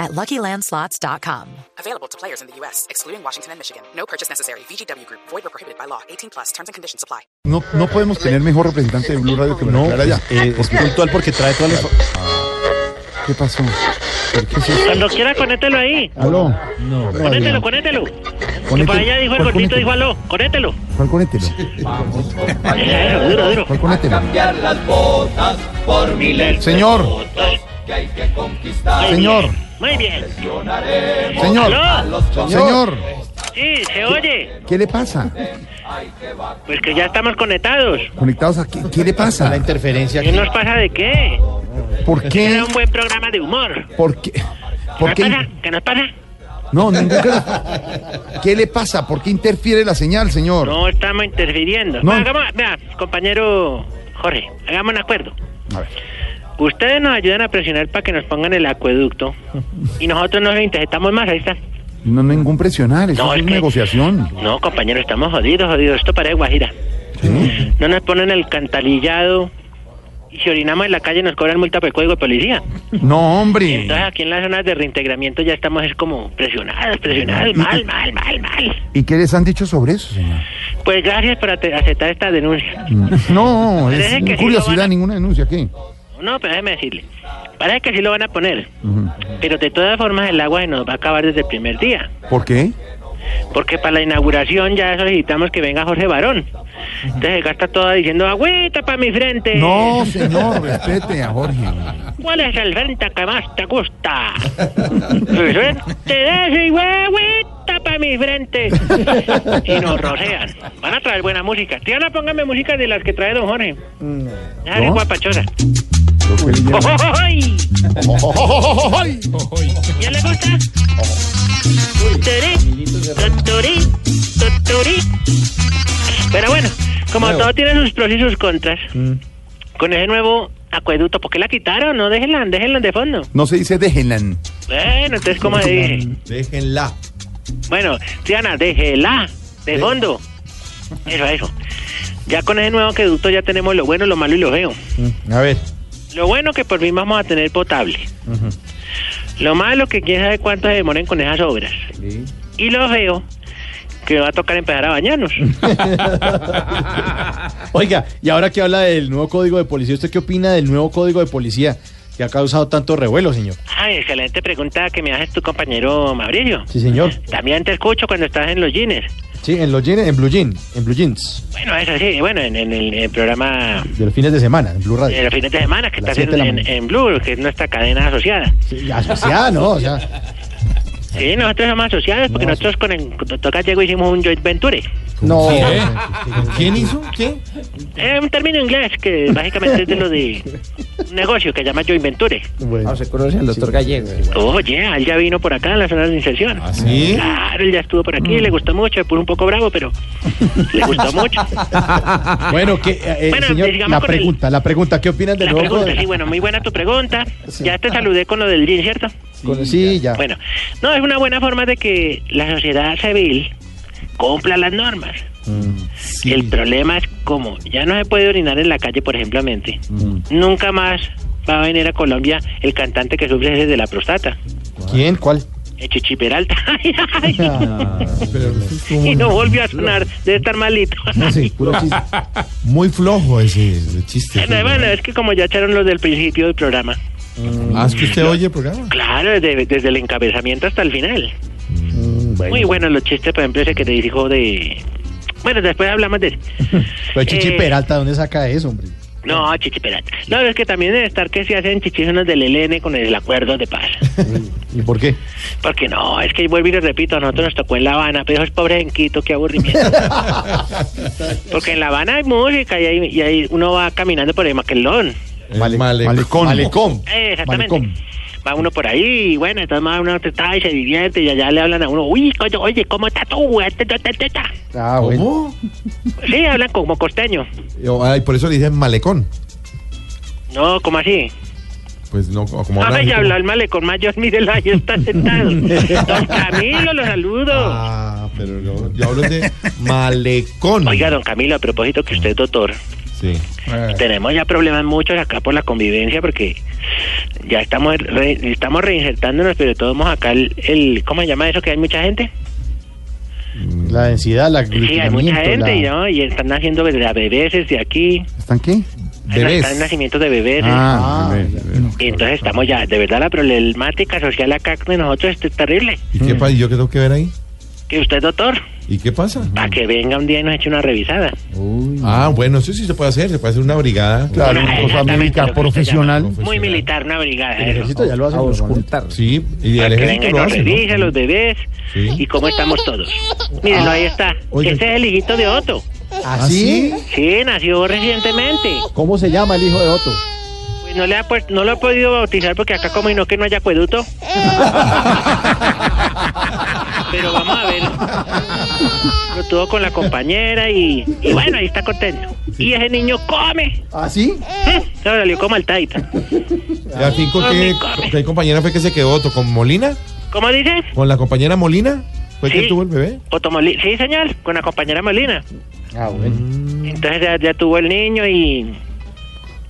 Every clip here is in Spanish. at luckylandslots.com. Available to players in the U.S., excluding Washington and Michigan. No purchase necessary. VGW Group, void or prohibited by law. 18 plus terms and conditions apply. No, no podemos tener mejor representante de Blue Radio que María No, Clara ya. pues, eh, es puntual porque trae todas las... ¿Qué pasó? ¿Por qué se- Cuando quiera, conételo ahí. Aló. No, Conételo, conételo. Que Conételo. para allá dijo el ¿Cuál gordito, conételo? dijo aló. Conételo. ¿Cuál conételo? Eh, Eso, duro, duro. ¿Cuál conételo? cambiar las botas por miles Señor, que hay que conquistar. señor, Muy bien. señor, ¿Aló? señor. Sí, se oye. ¿Qué le pasa? Pues que ya estamos conectados. Conectados a qué, ¿qué le pasa? interferencia ¿Qué nos pasa de qué? ¿Por Era qué? un buen programa de humor. ¿Por qué? ¿Qué ¿Por nos qué? pasa? ¿Qué nos pasa? No, ningún ¿Qué le pasa? ¿Por qué interfiere la señal, señor? No estamos interfiriendo. No. Va, hagamos- vea, compañero Jorge, hagamos un acuerdo. A ver. Ustedes nos ayudan a presionar para que nos pongan el acueducto y nosotros nos interceptamos más. Ahí está. No, ningún presionar, eso No, es es una que- negociación. No, compañero, estamos jodidos, jodidos. Esto parece Guajira. ¿sí? No nos ponen el cantalillado. Y si orinamos en la calle nos cobran multa por el código de policía. No, hombre. Entonces aquí en las zonas de reintegramiento ya estamos es como presionados, presionados, mal, mal, mal, mal. ¿Y qué les han dicho sobre eso, señor? Pues gracias por ate- aceptar esta denuncia. No, Parece que sí es lo curiosidad, van a- ninguna denuncia aquí. No, pero déjeme decirle. Parece que sí lo van a poner. Pero de todas formas el agua se nos va a acabar desde el primer día. ¿Por qué? Porque para la inauguración ya solicitamos que venga Jorge Barón. Entonces se gasta toda diciendo, agüita para mi frente. No, señor, respete a Jorge. ¿Cuál es el frente que más te gusta? Pues vente de ese huehuita para mi frente. Y nos rocean. Van a traer buena música. Tiana, póngame música de las que trae Don Jorge. Dale, ¿No? guapachosa. Lo que le llaman- ¡Ojojoy! ¿Ya le gusta? Totorí, totorí, totorí. Pero bueno, como todo tiene sus pros y sus contras, con ese nuevo acueducto, ¿por qué la quitaron? No, déjenla, déjenla de fondo. No se dice déjenla. Bueno, entonces, ¿cómo se dice? Déjenla. Bueno, Tiana, déjela de fondo. Eso, eso. Ya con ese nuevo acueducto ya tenemos lo bueno, lo malo y lo feo. Mm, A ver. Lo bueno que por fin vamos a tener potable. Lo malo que quién sabe cuánto se demoren con esas obras. Y lo feo que va a tocar empezar a bañarnos. Oiga, y ahora que habla del nuevo código de policía, ¿usted qué opina del nuevo código de policía que ha causado tanto revuelo, señor? Ay, excelente pregunta que me haces tu compañero Mauricio. Sí, señor. También te escucho cuando estás en los jeans. Sí, en los jeans, en blue jean, en blue jeans, Bueno, eso sí, bueno, en, en el, el programa de los fines de semana, en blue de radio. los fines de semana que Las estás siete de en, la en, mañana. en Blue, que es nuestra cadena asociada. Sí, asociada, ¿no? O sea, Sí, nosotros somos asociados porque nosotros con el con Toca Llego hicimos un joint venture. no. ¿Quién hizo? ¿Quién? Es Eh, un término inglés que básicamente es de lo de un negocio que se llama joint venture. Bueno, se conoce al doctor Gallego. Oye, él ya vino por acá en la zona de inserción. sí? Claro, él ya estuvo por aquí, le gustó mucho, se puso un poco bravo, pero le gustó mucho. bueno, que, eh, Bueno, señor, digamos la con pregunta, la pregunta, ¿qué opinas del La nuevo pregunta, sí, código? bueno, muy buena tu pregunta. Ya te saludé con lo del jean, ¿cierto? Con- Sí, ya. Bueno, no, es una buena forma de que la sociedad civil cumpla las normas. El problema es como ya no se puede orinar en la calle, por ejemplo, mente. Nunca más va a venir a Colombia el cantante que sufre desde la prostata. ¿Quién? ¿Cuál? El Eh, Chichi Peralta. Ay, ay. Ah, y no volvió a sonar, debe estar malito. Muy flojo ese, ese chiste. Bueno, bueno, es que como ya echaron los del principio del programa. Ah, es que usted oye el programa. Claro, desde, desde el encabezamiento hasta el final. Mm, Muy buenos los chistes, por ejemplo, ese que te dijo de... Bueno, después hablamos de eso. Pero Pues Chichi Eh, Peralta, ¿dónde saca eso, hombre? No, chichi, espérate. No, es que también debe estar que se hacen chichizonos del LN con el acuerdo de paz. ¿Y por qué? Porque no, es que vuelvo y les repito, a nosotros nos tocó en La Habana, pero esos pobres en Quito, qué aburrimiento. Porque en La Habana hay música y ahí y ahí uno va caminando por el Maquelón. El malecón. Malecón. Eh, exactamente. Malecón. va uno por ahí y bueno, entonces más uno está y se divierte y allá le hablan a uno, uy, coño, oye, ¿cómo estás tú? Ta, ta, ta, ta, ta. Ah, bueno. ¿Cómo? Sí, hablan como costeño. Yo, ay, por eso le dicen malecón. No, ¿cómo así? Pues no, como Ah, hablan ya como- habla el malecón mayor, mírelo, ahí está sentado. Don Camilo, los saludo. Ah, pero no, yo hablo de malecón. Oiga, don Camilo, a propósito que usted es doctor, Sí. tenemos ya problemas muchos acá por la convivencia porque ya estamos re- estamos reinsertándonos, pero todos hemos acá el, el- ¿cómo se llama eso que hay mucha gente? La densidad, la Sí, hay mucha aglutinamiento, gente, y la- ¿no? Y están naciendo bebés bebés de aquí, ¿Están qué? están Bebés. nacimientos de bebés. Ah, Bebés, bebés. y entonces estamos ya, de verdad la problemática social acá de nosotros es terrible. ¿Y qué pasa? ¿Y yo qué tengo que ver ahí? Que usted, doctor, ¿Y qué pasa? para que venga un día y nos eche una revisada. Ah, bueno, eso sí se puede hacer. Se puede hacer una brigada. claro, Ah, cosa exactamente, médica lo que usted profesional. Muy militar, una brigada. El eso. ejército ya lo hace. normalmente. Sí, y Para el que venga ejército y lo nos hace. ¿no? revise los bebés Sí. y cómo estamos todos. Mírenlo, ahí está. Oye. Este es el hijito de Otto. ¿Ah, ¿Así? Sí, nació recientemente. ¿Cómo se llama el hijo de Otto? Pues no, le ha puest- no lo ha podido bautizar porque acá como y no que no haya acueducto. Pero vamos a ¿Ah, ver. Lo tuvo con la compañera y, y bueno, ahí está contento. Y ese niño come. ¿Eh? ¿Así? Se salió como el taita. Y al fin, ¿con Ah, qué, mi come. qué compañera fue que se quedó? Otto? ¿Con Molina? ¿Cómo dice? ¿Con la compañera Molina? ¿Fue Sí. que tuvo el bebé? Otto Moli- Sí, señor, con la compañera Molina. Ah, bueno. Entonces ya, ya tuvo el niño y...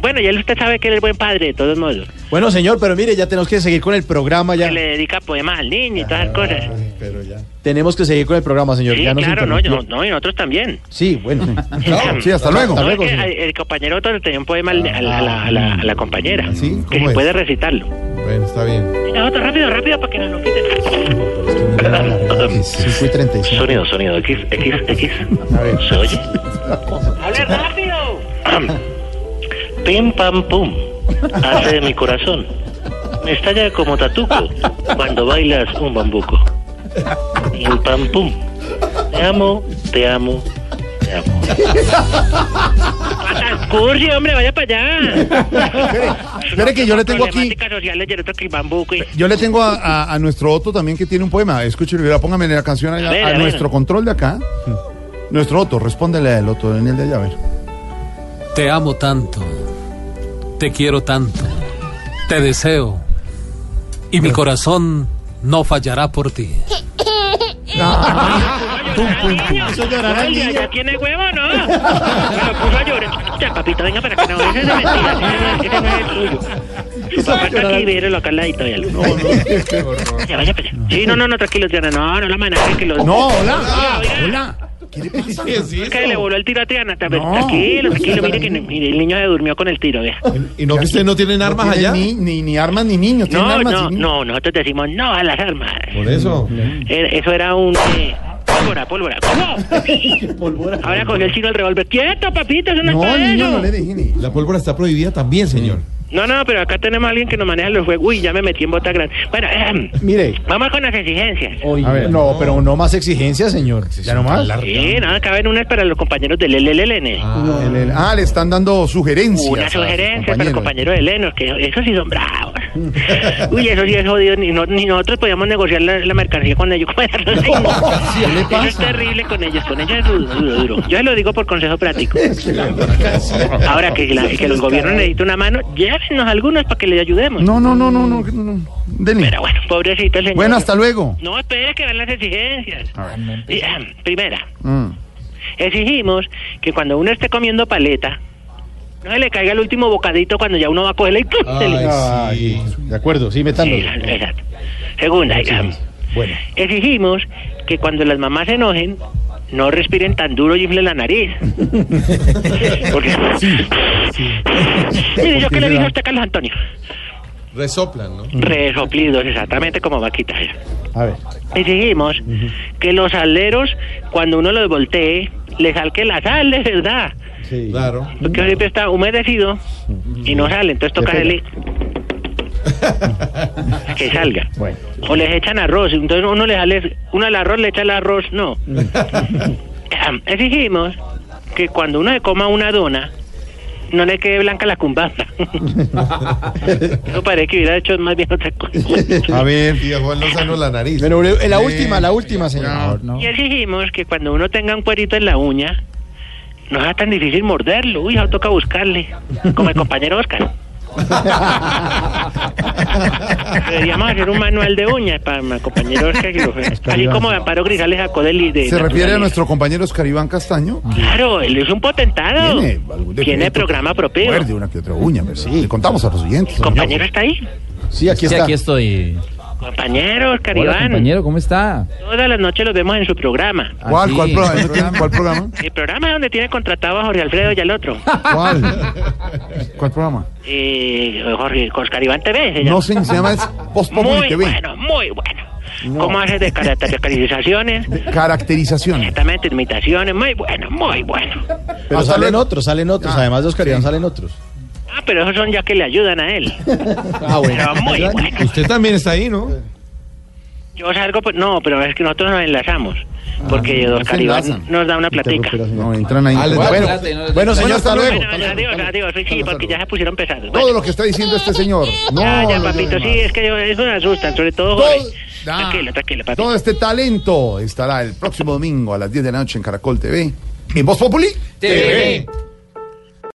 Bueno, ya usted sabe que él es buen padre, de todos modos. Bueno, señor, pero mire, ya tenemos que seguir con el programa ya. Que le dedica poemas al niño y todas esas cosas. Pero ya. Tenemos que seguir con el programa, señor. Sí, ya nos claro, no, interrumpió. yo- no, y nosotros también. Sí, bueno. Claro, sí, hasta luego. No, es que señor. el, el compañero otro le tenía un poema al- al- a, la, a la- a la compañera. ¿Ah, sí? Que ¿Cómo se es? puede recitarlo. Bueno, está bien. Venga, otro, rápido, rápido, para que no nos quiten. Cinco y treinta y cinco. Sonido, sonido, X, X, X. ¿Se oye? ¡Hable rápido! Pim pam pum. Hace mi corazón. Me estalla como tatuco cuando bailas un bambuco. Pim pam pum. Te amo, te amo, te amo. Cursi, hombre, vaya para allá. Espere que yo le tengo aquí, Problemáticas sociales, yo le toco el bambuco y- yo le tengo a, a- a nuestro Otto también que tiene un poema. Escúchelo, Rivera, póngame la canción allá, A ver, a, a ver. nuestro control de acá. Nuestro Otto, respóndele al Otto, en el de allá, a ver. Te amo tanto, te quiero tanto, te deseo y mi corazón no fallará por ti. Eso Ya tiene huevo, ¿no? Me lo puso a llorar. Ya, papito, venga para acá. No, ese es de mentira. Ese no es el tuyo. Papá, aquí, vírelo acá al ladito. véalo. Vaya, vaya, vaya. Sí, no, no, no, tranquilo, Tiana. No, no la manejes que los... No, hola, Oiga, oiga. hola. ¿Qué es eso? Que le voló el tiro a Tiana. Tra- No. Tranquilo, tranquilo. Mire que mire, el niño se durmió con el tiro, vea. ¿Y no que ustedes no tienen armas No tienen allá? Ni, ni, ni armas ni niños, tienen No, armas no, ni no. Nosotros decimos no a las armas. Por eso. Era- Eso era un... eh, Pólvora, pólvora. ¿Cómo? Ahora cogió el chino el revólver. ¡Quieto, papito! Eso no, es No, para niño, eso. no le dije ni. La pólvora está prohibida también, señor. No, no, pero acá tenemos a alguien que nos maneja los juegos. Uy, ya me metí en bota grande. Bueno, ejem, Mire, vamos con las exigencias. oye, no, pero no más exigencias, señor. Ya no más. Sí, nada, caben unas para los compañeros del LLN. No, el- el- ah, le están dando sugerencias. Una a sus sugerencia para los compañeros. compañeros de Lenos, que esos sí son bravos. Uy, eso sí es jodido, ni, no- ni nosotros podíamos negociar la, la mercancía con ellos. ¿qué le Eso es pasa? terrible con ellos, con ellos es duro, duro, duro. Yo se lo digo por consejo práctico. Ahora que, la- que los gobiernos necesitan una mano, llévenos algunos para que les ayudemos. No, no, no, no, no, no. Denle. Pero bueno, pobrecito el señor. Bueno, hasta luego. No, espere que van las exigencias. Y, ahem, primera, Mm. exigimos que cuando uno esté comiendo paleta, no se le caiga el último bocadito cuando ya uno va a cogerla y ¡tum! se le- Ay, sí. De acuerdo, sí, metándolo. Sí, la- exacto. Segunda, ahem, Bueno. exigimos que cuando las mamás se enojen, no respiren tan duro y inflen la nariz. Porque... Mire, yo que le dije a usted, Carlos Antonio. Resoplan, ¿no? Resoplidos, exactamente como vaquita. A ver. Exigimos que los aleros, cuando uno los voltee, les salque la sal, de verdad. Sí. Claro. Porque ahorita está humedecido y no sale, entonces toca Depende. hacerle que salga. Bueno. O les echan arroz, entonces uno le sale, uno al arroz le echa el arroz, no. Em, Exigimos que cuando uno se coma una dona, no le quede blanca la cumbanda. Eso parece que hubiera hecho más bien otra cosa. A ver. Y a Juan Lozano la nariz. Pero en la Sí. última, la última, señor. Y exigimos que cuando uno tenga un cuerito en la uña, no sea tan difícil morderlo. Uy, ahora toca buscarle. Como el compañero Oscar. Deberíamos hacer un manual de uñas para mi compañero Oscar. que lo- Así como Amparo Grisales sacó del... de- ¿Se de- refiere a nuestro compañero Oscar Iván Castaño? Claro, él es un potentado. Ah. Tiene, algún defecto que programa propio. Muerde una que otra uña, pero sí. Le contamos a los oyentes. Compañero está ahí. Sí, aquí Sí, está. aquí estoy. Compañero Oscar Hola, Iván. compañero, ¿cómo está? Todas las noches los vemos en su programa. ¿Cuál, Ah, cuál, sí. programa? ¿Tiene- ¿Cuál programa? El programa donde tiene contratado a Jorge Alfredo y al otro. ¿Cuál? ¿Cuál programa? Eh, Jorge, Oscar Iván TV. se llama. No sé, se llama es Voz Populi muy TV. bueno, muy bueno. ¿Cómo haces de caracterizaciones? Caracterización. Exactamente, imitaciones. Muy bueno, muy bueno. Pero Hasta salen luego. Ah, otros, salen otros. Además de Oscar Iván, salen otros. Ah, pero esos son ya que le ayudan a él. Ah, Pero muy bueno. Usted también está ahí, ¿no? Yo salgo, pues, no, pero es que nosotros nos enlazamos. Porque Ah, no, Oscar se Iván enlazan. nos da una platica. No, entran ahí. Ah, les da Bueno, plata Bueno, señor, hasta luego. Bueno, adiós, adiós. Sí, porque ya se pusieron pesados. Bueno. todo lo que está diciendo este señor. No, ya, ya, los papito, sí, demás. es que yo- eso me asustan, sobre todo Todo- Jorge. Ah. Tranquilo, tranquilo, papito. Todo este talento estará el próximo domingo a las 10 de la noche en Caracol TV. En Voz Populi. TV.